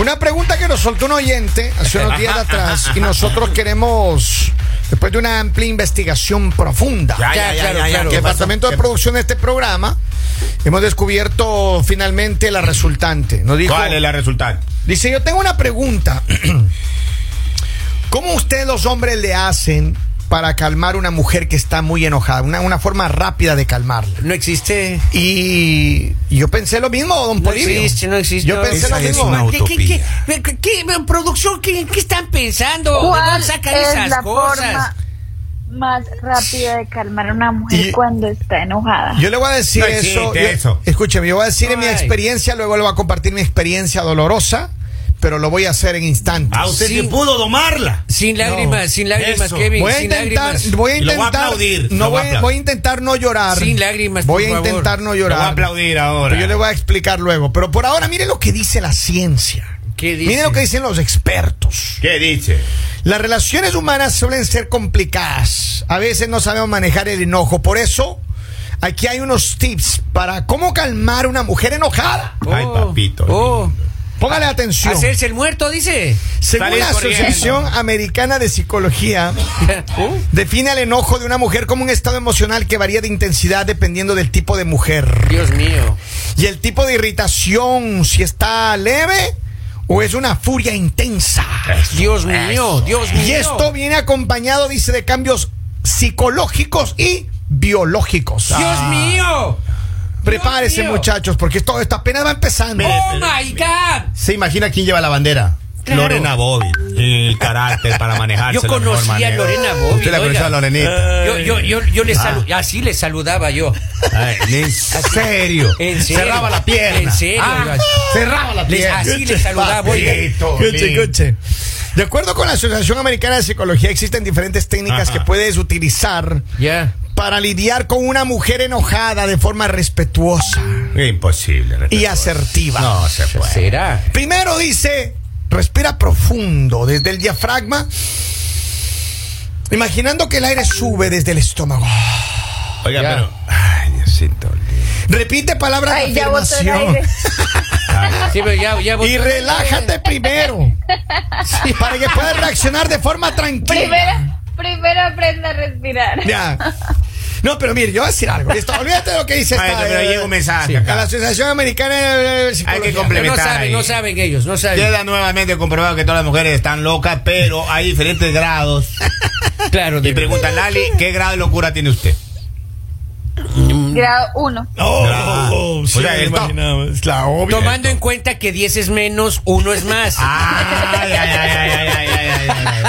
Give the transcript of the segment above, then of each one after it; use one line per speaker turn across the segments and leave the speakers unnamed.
Una pregunta que nos soltó un oyente hace unos días atrás y nosotros queremos, después de una amplia investigación profunda,
Ya, ya, ya, ya, ya,
el
¿qué
departamento
pasó?
de producción de este programa, hemos descubierto finalmente la resultante. Nos dijo,
¿Cuál es la resultante?
Dice, yo tengo una pregunta. ¿Cómo ustedes los hombres le hacen para calmar una mujer que está muy enojada? Una, una forma rápida de calmarla.
No existe.
Y yo pensé lo mismo, don
No
Polibio.
existe, no existe.
Yo pensé
Esa
lo
es
mismo.
una
¿Qué, qué, qué,
utopía.
qué- qué- qué- producción? ¿Qué, qué están pensando? ¿De
¿Cuál
dónde sacan
es
esas
la
cosas?
forma más rápida de calmar a una mujer
Y-
cuando está enojada?
Yo le voy a decir
No existe
eso. yo-
eso.
Escúcheme, yo voy a decir en mi
Ay.
experiencia, luego le voy a compartir mi experiencia dolorosa, pero lo voy a hacer en instantes.
Ah, usted
Sí.
sí pudo domarla.
Sin lágrimas, sin lágrimas,
eso.
Kevin.
Voy a
sin
intentar,
lágrimas.
voy a
Y lo voy a
intentar,
aplaudir,
no
lo voy a
voy,
aplaudir.
voy a intentar no llorar.
Sin lágrimas,
Voy
por
a
favor.
intentar no
Lo voy a
llorar.
aplaudir ahora.
Pero yo le voy a explicar luego. Pero por ahora, mire lo que dice la ciencia.
¿Qué dice?
Mire lo que dicen los expertos.
¿Qué dice?
Las relaciones humanas suelen ser complicadas. A veces no sabemos manejar el enojo. Por eso, aquí hay unos tips para cómo calmar a una mujer enojada.
Ay, papito.
Oh.
Póngale atención.
¿Hacerse el muerto, dice?
Según
salir
la Asociación
corriendo.
Americana de Psicología,
Uh,
define el enojo de una mujer como un estado emocional que varía de intensidad dependiendo del tipo de mujer.
Dios mío.
Y el tipo de irritación, si está leve o es una furia intensa.
Dios mío, Dios mío.
Y esto viene acompañado, dice, de cambios psicológicos y biológicos.
Dios
Ah.
mío.
Prepárese,
mío.
muchachos, porque esto, esto apenas va empezando.
Oh my God.
¿Se imagina quién lleva la bandera?
Claro.
Lorena Bobby. El carácter para manejarse.
Yo
de la mejor
conocí a
manera.
Lorena Bobby,
Usted la conoció
oiga.
a Lorenita.
Yo, yo, yo, yo le
Ah.
salu- Así le saludaba yo.
Ay, en serio.
En serio.
Cerraba la pierna. Ah,
En serio. yo así-
Cerraba la
Les-
pierna.
así les saludaba. oiga.
Papito.
Escuche, escuche. Oh, De acuerdo con la Asociación Americana de Psicología, existen diferentes técnicas
Ajá.
que puedes utilizar
Ya.
para lidiar con una mujer enojada de forma respetuosa
Imposible.
y
respetuoso.
asertiva.
No se puede.
¿Será?
Primero dice, respira profundo desde el diafragma, imaginando que el aire sube desde el estómago.
Oiga,
Ya.
pero. Ay, Diosito. lindo.
Repite palabras
Ay,
de
ya botó el
afirmación
aire.
Sí, pero ya, ya
y relájate primero
Sí.
para que puedas reaccionar de forma tranquila.
Primero, primero aprenda a respirar.
Ya. No, pero mire, yo voy a decir algo. Listo, olvídate de lo que dice
Ay,
esta,
pero
eh,
llega un mensaje
sí,
acá.
A la Asociación Americana de Psicología.
Hay que
Pero no
complementar
saben,
ahí.
no saben ellos, no saben.
Queda nuevamente comprobado que todas las mujeres están locas, pero hay diferentes grados.
Claro,
Y
de-
pregunta Lali, ¿qué grado de locura tiene usted?
Grado 1.
Ah,
Oh,
o sea, el top.
Es la obvia.
tomando en cuenta que 10 es menos, 1 es más.
Ah,
Ay, ay, ay, ay, ay, ay, ay, ay, ay.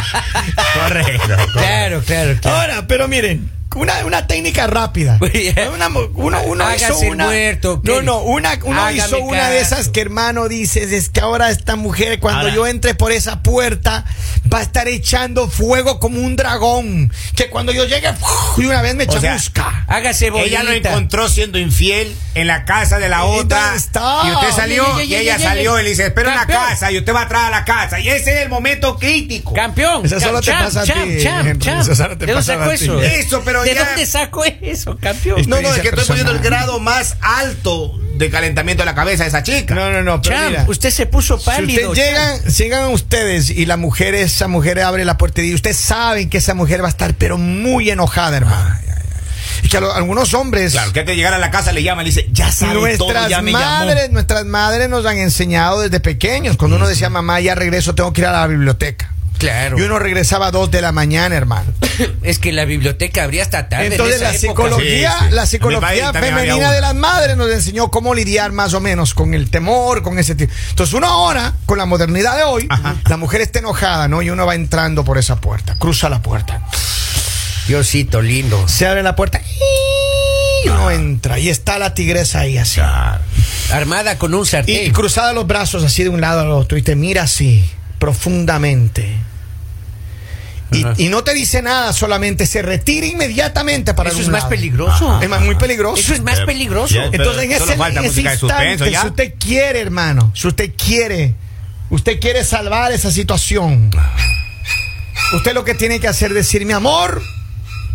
Correcto. correcto.
Claro, claro, claro.
Ahora, pero miren, una, una técnica rápida.
Muy bien.
Una mo- uno uno
Hágase
hizo una.
muerto,
no,
Kevin.
no, una, uno
Hágame
hizo una de
caso.
esas que hermano dices, es que ahora esta mujer cuando
Ahora.
yo entre por esa puerta va a estar echando fuego como un dragón, que cuando yo llegue ¡fuu! y una vez me
sea,
chamusca.
Hágase bolita.
Ella lo encontró siendo infiel en la casa de la
¿Y
otra.
dónde está?
Y usted salió
Ye, ye,
y
ye,
ella
ye, ye,
salió
ye.
y le dice, espera en la
Campeón.
casa y usted va atrás a la casa. Y ese es el momento crítico.
Campeón.
Esa solo te
Champ,
pasa a
champ,
ti,
champ,
Henry,
champ.
esa solo te
¿De dónde
pasa a
sacó
ti.
eso?
Eso, pero
¿De
ya-
dónde sacó eso, campeón?
Esto-
No, no, es
Experiencia
que estoy poniendo el
personal.
grado más alto de calentamiento de la cabeza de esa chica.
No, no, no, pero
Champ,
mira.
usted se puso pálido.
Si usted llegan, si llegan ustedes y la mujer, esa mujer abre la puerta y usted saben que esa mujer va a estar, pero muy enojada, hermano. Y que a lo- algunos hombres,
Claro, que antes de llegar a la casa le llama y le dice, ya sabe todo,
nuestras
ya me
madres,
llamó.
nuestras madres nos han enseñado desde pequeños. Cuando uno decía, mamá, ya regreso, tengo que ir a la biblioteca.
champ. Claro.
Y uno regresaba a dos de la mañana, hermano.
Es que la biblioteca abría hasta tarde. en
Entonces la
esa época.
psicología,
Sí, sí.
la
En mi
psicología
país también había
femenina
una.
de las madres nos enseñó cómo lidiar más o menos con el temor, con ese tipo. Entonces uno ahora, con la modernidad de hoy,
Ajá.
la mujer está enojada, ¿no? Y uno va entrando por esa puerta, cruza la puerta,
Diosito lindo.
se abre la puerta y
Ah.
uno entra y está la tigresa ahí así.
Claro.
Armada con un
Y
sartén.
cruzada los brazos así de un lado al otro y te mira así, profundamente. Y,
Ajá.
y no te dice nada, solamente se retira inmediatamente para
Eso es
algún
más
lado.
peligroso.
Es más, muy peligroso.
Eso es más
Eh,
peligroso.
ya, pero-
Entonces en
solo
ese,
falta
en ese
música de suspenso,
instante,
¿ya?
si usted quiere, hermano, si usted quiere, usted quiere salvar esa situación, usted lo que tiene que hacer es decir, mi amor,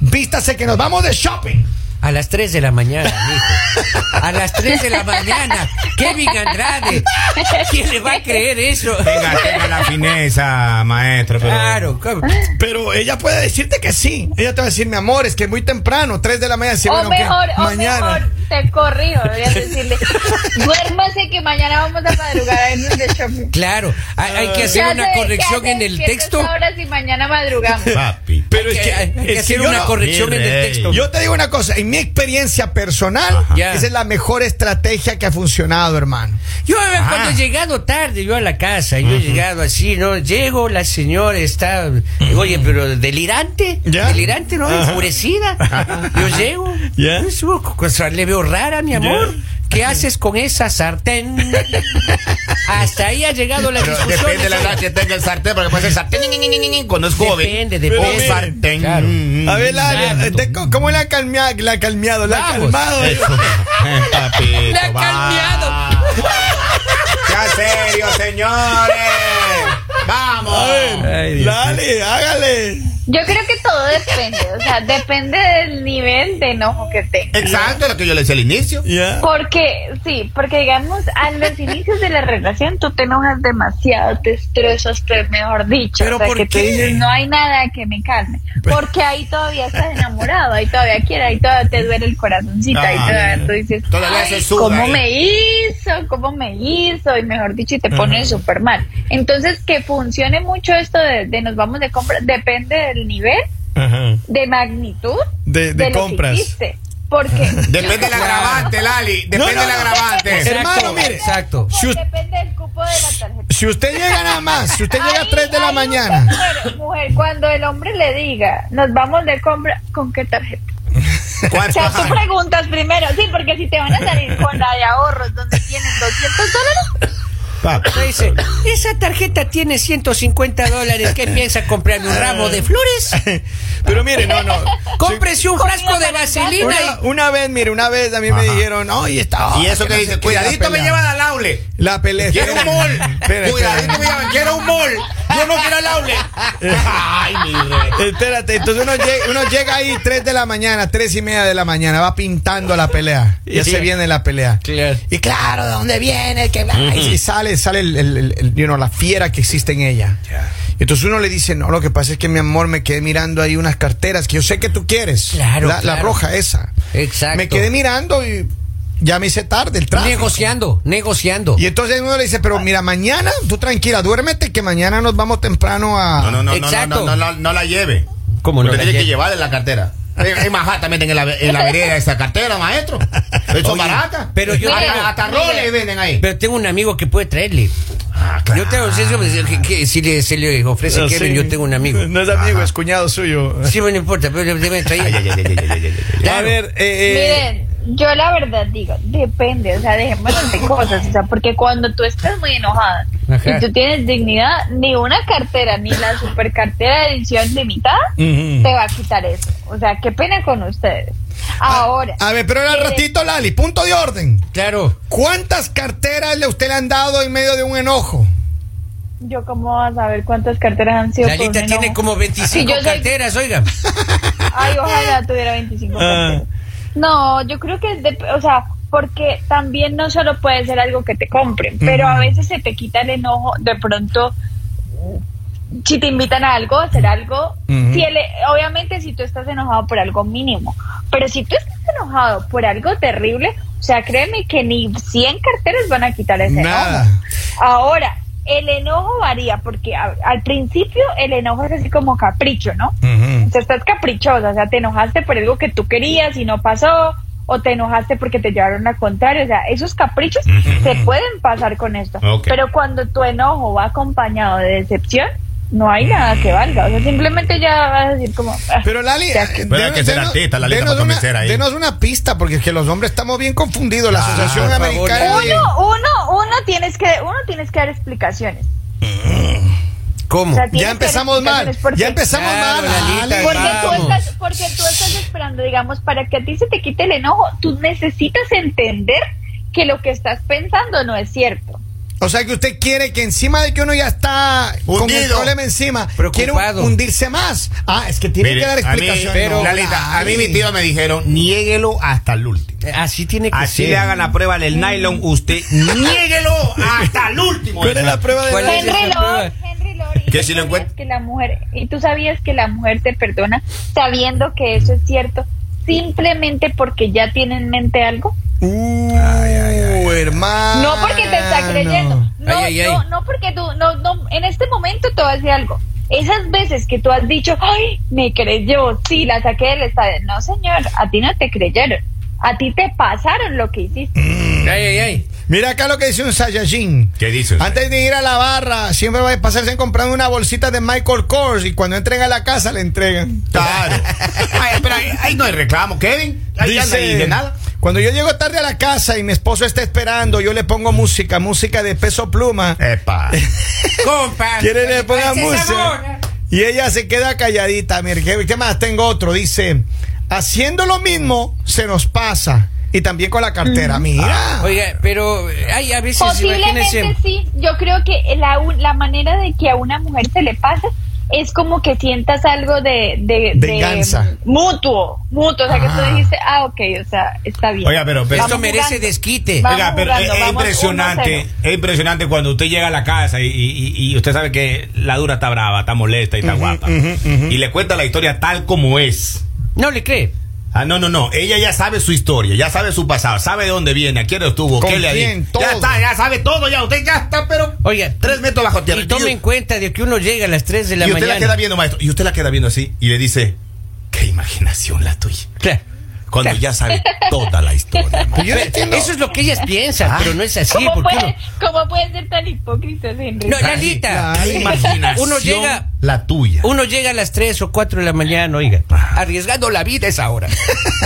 vístase que nos vamos de shopping.
A las 3 de la mañana, mijo. A las 3 de la mañana. Kevin Andrade. ¿Quién le va a creer eso?
Tenga, tenga la fineza, maestro. Pero
Claro, ¿cómo?
Pero ella puede decirte que sí. Ella te va a decir, mi amor, es que muy temprano, 3 de la mañana. sí,
o
bueno,
mejor,
que
o
mañana.
mejor, te corrijo, voy a decirle, duérmase que mañana vamos a madrugar en un de shopping.
claro. Hay, hay que hacer
Ah. Ya sé,
una
¿qué
corrección
hace?
en el
Despierta
texto.
esta hora si mañana madrugamos.
Papi.
Pero
Hay
es
que,
que,
hay- hay que
es que
hacer
yo
una
no-
corrección en el
Mire,
texto.
Yo te digo una cosa, en mi experiencia personal,
Ya.
esa es la mejor estrategia que ha funcionado, hermano.
Yo a ver,
Ah.
cuando he llegado tarde, yo a la casa, yo he llegado así, ¿no? Llego, la señora está, digo, oye, pero delirante,
Ya.
delirante, ¿no? Enfurecida. Yo llego,
Ya.
yo subo, con- con- le veo rara, mi amor. ¿Qué haces con esa sartén? Hasta ahí ha llegado la
Pero
discusión.
depende de la
eso-
edad que tenga el sartén, porque puede ser sartén. ñi, ñi, ñi, ñi, ñi, Cuando es joven.
Depende, depende.
Un sartén.
Claro.
Mm,
A ver, la,
Exacto.
te- ¿cómo la ha calmia- la ha calmeado? ¿La ha
Vamos.
calmado?
Eso. Eh,
mm,
Papito.
Le ha
va.
cambiado.
Ya serio, señores. Vamos.
A ver,
Ay, Dios
dale, hágale.
Yo creo que todo depende, o sea, depende del nivel de enojo que tenga.
Exacto, lo que yo le decía al inicio.
Ya.
Porque, sí, porque digamos, a los inicios de la relación tú te enojas demasiado, te estresas, te, mejor dicho.
¿Pero
o sea,
por
que tú
qué?
dices, no hay nada que me calme. Porque ahí todavía estás enamorado, ahí todavía quieres, ahí todavía te duele el corazoncito, ahí
Ah,
todavía tú dices,
todavía
"Ay,
se suda
¿cómo
ahí".
me hizo? ¿Cómo me hizo? Y mejor dicho, y te pones súper mal. Entonces, que funcione mucho esto de, de nos vamos de compra, depende del nivel, de magnitud,
De- de
lo que
compras.
hiciste. Porque
Depende del agravante, Lali. Depende
No, no,
del
no.
agravante.
Hermano, mire.
Exacto.
Si u-
Depende del cupo de la tarjeta.
Si usted llega nada más, si usted llega a
Ahí-
3 de la
ahí
mañana.
usted, Mujer, mujer, cuando el hombre le diga, nos vamos de compra, ¿con qué tarjeta? O
¿Cuánto?
sea, tú preguntas primero, sí, porque si te van a salir con la de ahorros donde tienen 200 dólares,
Me dice, esa tarjeta tiene 150 dólares. ¿Qué piensa comprarme un ramo de flores?
Pero mire, no, no.
Cómprese un frasco de vaselina y
Una, una vez, mire, una vez a mí me
Ajá.
dijeron, oye, está.
Y eso que
no
dice,
sé qué,
cuidadito
la
me
pelea".
llevan al aule.
La pelea.
Quiero un mall.
Espera,
Cuidadito me
espera.
llevan, quiero un mall. Yo no quiero el aule.
Eh.
Ay, mi rey.
Espérate, entonces uno llega, uno llega ahí 3 de la mañana, 3 y media de la mañana, va pintando la pelea. Ya se viene la pelea.
Claro.
Y claro, ¿de dónde viene? Que, ay, y sale, sale el, el- el- el- you know, la fiera que existe en ella. Entonces uno le dice, no, lo que pasa es que mi amor me quedé mirando ahí unas carteras que yo sé que tú quieres.
Claro,
La, la
claro.
roja esa.
Exacto.
Me quedé mirando y ya me hice tarde el traje.
Negociando, negociando.
Y entonces uno le dice, pero mira, mañana, tú tranquila, duérmete que mañana nos vamos temprano a...
No, no, no, no, no,
Exacto.
no, no, la- no la lleve.
¿Cómo no
Usted
la
tiene que
lleve?
llevarle la cartera. Eh, En en Manhattan meten ah, en la, ve- en la vereda esa cartera, maestro. Eso
Oye,
barata.
pero yo-
hasta, hasta
Mira.
roles venden ahí.
Pero tengo un amigo que puede traerle.
Ah, claro.
Yo tengo, si, eso- que- que- si le, se le ofrece
No,
Kevin,
sí.
yo tengo un amigo.
No es amigo, es cuñado suyo.
Sí, bueno, no importa, pero le deben traer.
Ay, ay, ay, ay, ay, ay, ay, ay.
A
Claro.
ver, eh, eh,
miren, yo la verdad digo, depende, o sea, dejémonos de cosas, o sea, porque cuando tú estás muy enojada
Ajá.
y tú tienes dignidad, ni una cartera, ni la super cartera de edición limitada, te va a quitar eso. O sea, qué pena con ustedes.
Ah,
Ahora.
a ver, pero era
que-
ratito, Lali, punto de orden.
Claro.
¿Cuántas carteras le usted le han dado en medio de un enojo?
Yo cómo vas a ver cuántas carteras han sido. por
Lalita
un
tiene
enojo?
como 25
pues, Sí, yo soy-
carteras, oiga.
Ay, ojalá tuviera 25
Ah.
carteras. No, yo creo que, de- o sea, porque también no solo puede ser algo que te compren, pero a veces se te quita el enojo de pronto. Si te invitan a algo, a hacer algo, si el- e, obviamente si tú estás enojado por algo mínimo, pero si tú estás enojado por algo terrible, o sea, créeme que ni 100 carteras van a quitar ese
Nada.
enojo. Ahora, el enojo varía, porque a- al principio el enojo es así como capricho, ¿no?
Mm.
O sea, estás caprichosa, o sea, te enojaste por algo que tú querías y no pasó, o te enojaste porque te llevaron a contrario, o sea, esos caprichos se pueden pasar con esto.
Ok.
Pero cuando tu enojo va acompañado de decepción, no hay nada que valga, o sea, simplemente ya vas a decir como... "Ah".
Pero Lali,
Ya.
eh,
Pero hay que ser artista, Lalita,
denos
para
una,
convencer ahí.
denos una pista, porque es que los hombres estamos bien confundidos. La
Ah,
Asociación
por favor,
Americana de-
uno, uno, uno tienes que, uno tienes que dar explicaciones. O
¿Cómo?
sea, tienes que
Ya
dar
empezamos mal,
explicaciones porque-
ya empezamos
Claro,
mal.
Lalita,
Lali.
Porque tú,
Vamos.
estás, porque tú estás esperando, digamos, para que a ti se te quite el enojo, tú necesitas entender que lo que estás pensando no es cierto.
O sea que usted quiere que encima de que uno ya está con el
Hundido.
problema encima, quiere
Preocupado.
hundirse más. Ah, es que tiene
Mire,
que dar explicación.
A mí, pero, Lalita, a mí mis tíos me dijeron, niéguelo hasta el último.
Así tiene que
Así
ser.
le hagan la prueba del nylon, usted niéguelo hasta el último.
¿Cuál es la prueba de
¿Cuál
la-
es?
Henry
esa
Lord,
prueba?
Henry Lord, y
¿Que
tú
si lo
sabías
encuent-
que la mujer y tú sabías que la mujer te perdona sabiendo que eso es cierto simplemente porque ya tiene en mente algo
Uh, hermano.
no porque te
Ah,
está creyendo no
Ay, ay, ay.
no no porque tú no no en este momento te voy a decir algo esas veces que tú has dicho ay me creyó sí la saqué del estadio no señor a ti no te creyeron a ti te pasaron lo que hiciste
Mm.
Ay, ay, ay.
Mira acá lo que dice un Saiyajin.
¿Qué dice usted?
Antes de ir a la barra, siempre va a pasarse comprando una bolsita de Michael Kors y cuando entrega a la casa le entregan.
Claro. Ay, pero ahí, ahí no hay reclamo, Kevin. Ahí anda y de nada.
Cuando yo llego tarde a la casa y mi esposo está esperando, yo le pongo música, música de peso pluma.
Epa.
Compa.
Quiere que le ponga
Ese
música.
sabor.
Y ella se queda calladita. Mire, ¿qué, qué más? Tengo otro. Dice, haciendo lo mismo se nos pasa. Y también con la cartera. Mira.
Oiga, pero hay a veces
Posiblemente
imagínense.
sí. Yo creo que la, un- la manera de que a una mujer se le pase es como que sientas algo de, de, de
Venganza.
mutuo, mutuo. O sea, que
Ah.
tú dijiste, ah, ok, o sea, está bien.
Oiga, pero- pero-
Esto
Vamos
merece
jugando.
desquite.
Vamos
Oiga, pero
jugando,
es, es
vamos
impresionante,
1-0.
es impresionante cuando usted llega a la casa y, y- y usted sabe que la dura está brava, está molesta y está guapa. Y le cuenta la historia tal como es.
No le cree.
Ah, no, no, no. Ella ya sabe su historia, ya sabe su pasado, sabe de dónde viene, a quién estuvo,
¿Con
qué le ha
quién?
dicho.
Todo.
Ya está, ya sabe todo, ya. Usted ya está, pero
Oiga,
tres metros bajo tierra.
Y tome en cuenta de que uno llega a las 3 de la
y usted
mañana.
la queda viendo, maestro. Y usted la queda viendo así y le dice, qué imaginación la tuya.
Claro.
Cuando
Claro.
ya sabe toda la historia. maestro.
Pues Yo no
Pero
entiendo.
Eso es lo que ellas piensan,
Ah.
pero no es así.
¿Cómo
Porque
puede,
uno,
¿Cómo puede ser tan hipócrita, Henry?
No, Lalita.
Qué imaginación
Uno llega-
la tuya.
uno llega a las 3 o 4 de la mañana, oiga,
Ah.
Ajá.
arriesgando la vida a esa hora.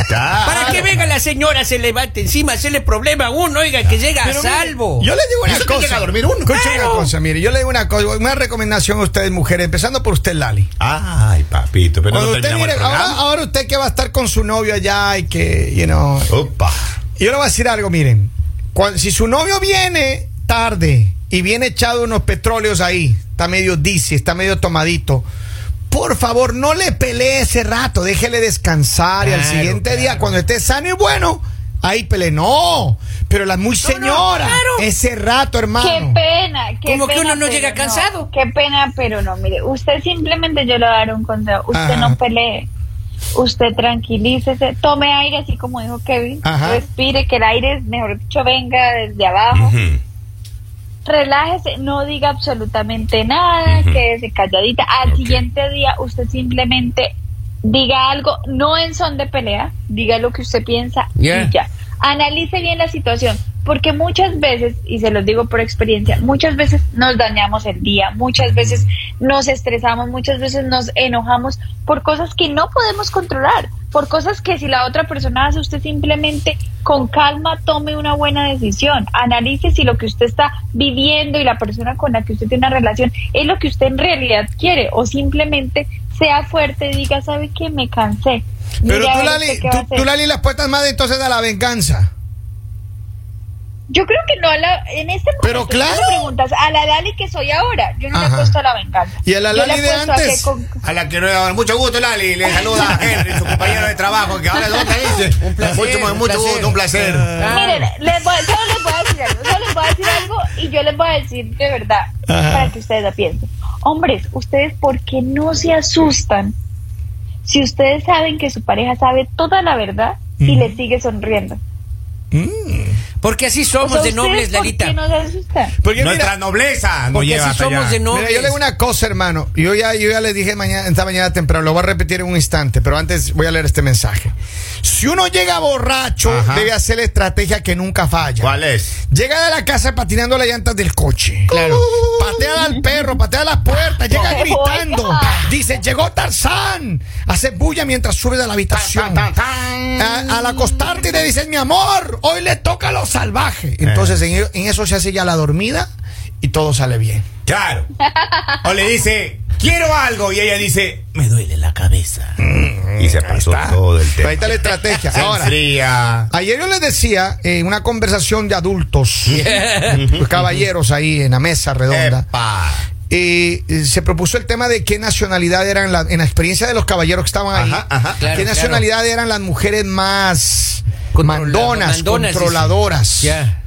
Claro.
Para que venga la señora, se levante encima, hacerle problema a uno, oiga, que llega a
Pero mire,
salvo.
Yo le digo
Y
una
eso que
cosa.
llega a dormir uno.
Escuche
Claro.
una cosa, mire, yo le digo una cosa, una recomendación a ustedes, mujeres, empezando por usted, Lali.
Ay, papito, pero
Cuando
no
usted
terminamos
mire,
el
ahora,
programa.
ahora usted que va a estar con su novio allá y que, you know,
Opa.
Yo le voy a decir algo, miren. Cuan- si su novio viene tarde y viene echado unos petróleos ahí, está medio dizzy, está medio tomadito. Por favor, no le pelee ese rato, déjele descansar y al
Claro,
siguiente día,
claro.
cuando esté sano y bueno, ahí pelee. No, pero la muy señora,
claro.
ese rato,
Qué
hermano.
pena, qué
Como que
pena,
uno no
pero
llega cansado.
Qué pena, pero no, mire, usted simplemente yo le voy a dar un consejo. Usted
Ajá.
no pelee. Usted tranquilícese, tome aire, así como dijo Kevin.
Ajá.
Respire, que el aire, mejor dicho, venga desde abajo.
Ujú.
Relájese, no diga absolutamente nada,
Ujú.
quédese calladita. Al
Ok.
siguiente día, usted simplemente diga algo, no en son de pelea, diga lo que usted piensa
Yeah.
y ya. Analice bien la situación, porque muchas veces, y se los digo por experiencia, muchas veces nos dañamos el día, muchas veces nos estresamos, muchas veces nos enojamos por cosas que no podemos controlar, por cosas que si la otra persona hace, usted simplemente con calma tome una buena decisión, analice si lo que usted está viviendo y la persona con la que usted tiene una relación es lo que usted en realidad quiere, o simplemente sea fuerte y diga, ¿sabe qué? Me cansé.
Pero
Mire, a
tú,
ver
Lali,
usted qué va a
tú,
hacer".
tú, Lali, las puestas más de entonces a la venganza.
Yo creo que no a la, en este momento.
Pero
tú me
claro.
preguntas a la Lali que soy ahora. Yo no le
Ajá.
he puesto a la venganza.
¿Y a la
Yo le
Lali
he
de
puesto a que
antes?
con-
A la que no le da mucho gusto, Lali. Le saluda a Henry, su compañero de trabajo, que ahora es otra, dice.
Un placer,
Mucho, mucho
un placer.
gusto, un placer.
Ah.
Miren, les voy, solo les voy a decir algo, solo les voy a decir algo y yo les voy a decir de verdad
Ajá.
para que ustedes la piensen. Hombres, ustedes por qué no se asustan si ustedes saben que su pareja sabe toda la verdad y
Mm.
le sigue sonriendo.
Porque así
O
somos
sea,
de
¿ustedes
nobles,
¿Por qué
Lalita.
no se asustan?
Porque
Nuestra
mira-
nobleza nos
Porque
lleva
así
hasta
somos
allá.
de nobles.
Mira, yo le digo una cosa, hermano. Yo ya, yo ya les dije mañana, esta mañana temprano, lo voy a repetir en un instante, pero antes voy a leer este mensaje. Si uno llega borracho,
Ajá.
debe hacer la estrategia que nunca falla.
¿Cuál es?
Llega de la casa patinando las llantas del coche.
Claro.
Patea al perro, patea las puertas, llega
Oiga.
gritando. Dice, llegó Tarzán. Hace bulla mientras subes a la habitación. A- al acostarte te dicen, mi amor, hoy le toca a los salvajes. Entonces
Eh.
en, en eso se hace ya la dormida y todo sale bien.
Claro. O le dice, quiero algo. Y ella dice, me duele la cabeza. y se pasó todo el tema.
Ahí está la estrategia.
Se
Ahora,
enfría.
ayer yo les decía en una conversación de adultos, pues, caballeros ahí en la mesa redonda,
Epa.
eh, eh, se propuso el tema de qué nacionalidad eran la, en la experiencia de los caballeros que estaban ahí,
Ajá, ajá.
Claro,
qué
claro.
nacionalidad eran las mujeres más
Controla-
mandonas,
mandonas, dice.
controladoras.
Ya.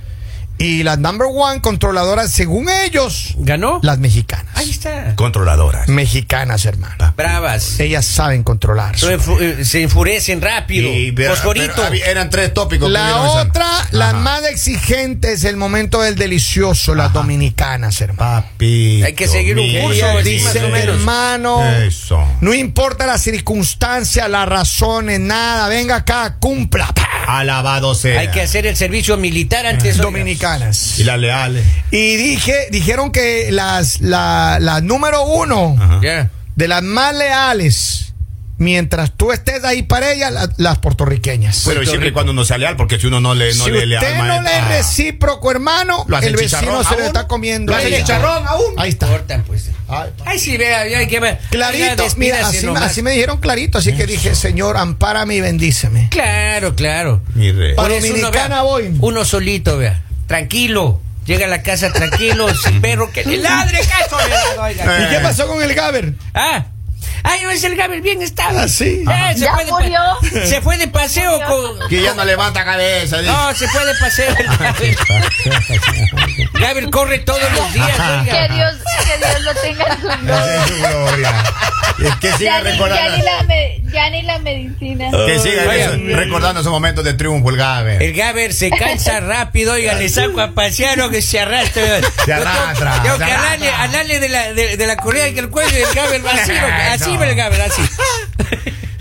Y las number one controladoras, según ellos,
¿Ganó?
las mexicanas.
Ahí está.
Controladora.
Mexicanas, hermano.
Bravas.
Ellas saben controlar.
Lo enfu- eh, se enfurecen rápido.
Y, pero-
Fosforito.
ah,
pero había- eran tres tópicos. que
La
dieron esa-
otra, la
Ajá.
más exigente es el momento del delicioso, las dominicanas, hermano.
Papito,
Hay que seguir un
mire,
curso,
mire,
sí, más
Dicen,
o menos.
hermano,
Eso.
no importa la circunstancia, las razones, nada, venga acá, cumpla. pa.
Alabado sea.
Hay que hacer el servicio militar antes. oiga.
Dominicanas.
Y las leales.
Y dije, dijeron que las, la, la número uno
Ajá.
Ya.
de las más leales, mientras tú estés ahí para ellas, la- las puertorriqueñas.
Pero siempre y
Rico.
cuando uno sea leal, porque si uno no le, no
si
le
usted
es leal,
no
maestro-
le es
Ah.
recíproco, hermano,
¿Lo hace
el vecino
chicharrón
se
aún?
lo está comiendo.
¿Lo hace
Ahí está.
chicharrón aún?
Ahí está.
Cortan, pues.
Ay,
Ay, sí, vea, ya hay que ver.
Clarito,
Oiga,
mira,
despídase
así, me-
nomás.
así me dijeron clarito, así que dije, Señor, ampárame y bendíceme.
Claro, claro.
Mi rey.
Pa-
Por eso
Dominicana
uno, vea,
voy.
Uno solito, vea. Tranquilo. Llega a la casa tranquilo, sin perro que le ladre, cacho. le ladro, oiga.
¿Y qué pasó con el Gaber?
Ah. Ay, no es el Gabriel, bien estaba.
Ah, sí.
Eh, se
Ya
fue de pa-
murió.
Se fue de paseo con.
Que ya no levanta cabeza. dice.
No, se fue de paseo el Gabriel. Gabriel corre todos los días, oiga.
Que Dios, que Dios lo tenga en su gloria.
Esa es su gloria. Es que siga
Ya ni, ya, ni
recordando.
la me- ya ni la medicina.
Que siga
Ay,
eso,
oiga.
recordando esos momentos de triunfo, el Gabe.
El Gaber se cansa rápido, oiga, le saco a pasear o que se arrastra. oiga.
Se
Yo tengo-
arrastra,
Tengo
se
que
arrastra.
andarle, andarle de la, de, de la correa que el cuello del Gaber va así, oiga, así
No.
va el Gaber, así.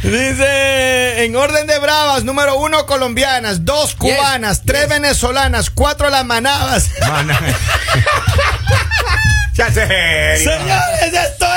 Dice, en orden de bravas, número uno colombianas, dos cubanas, tres venezolanas, cuatro las manabas.
Mana. Ya se.
Señores, esto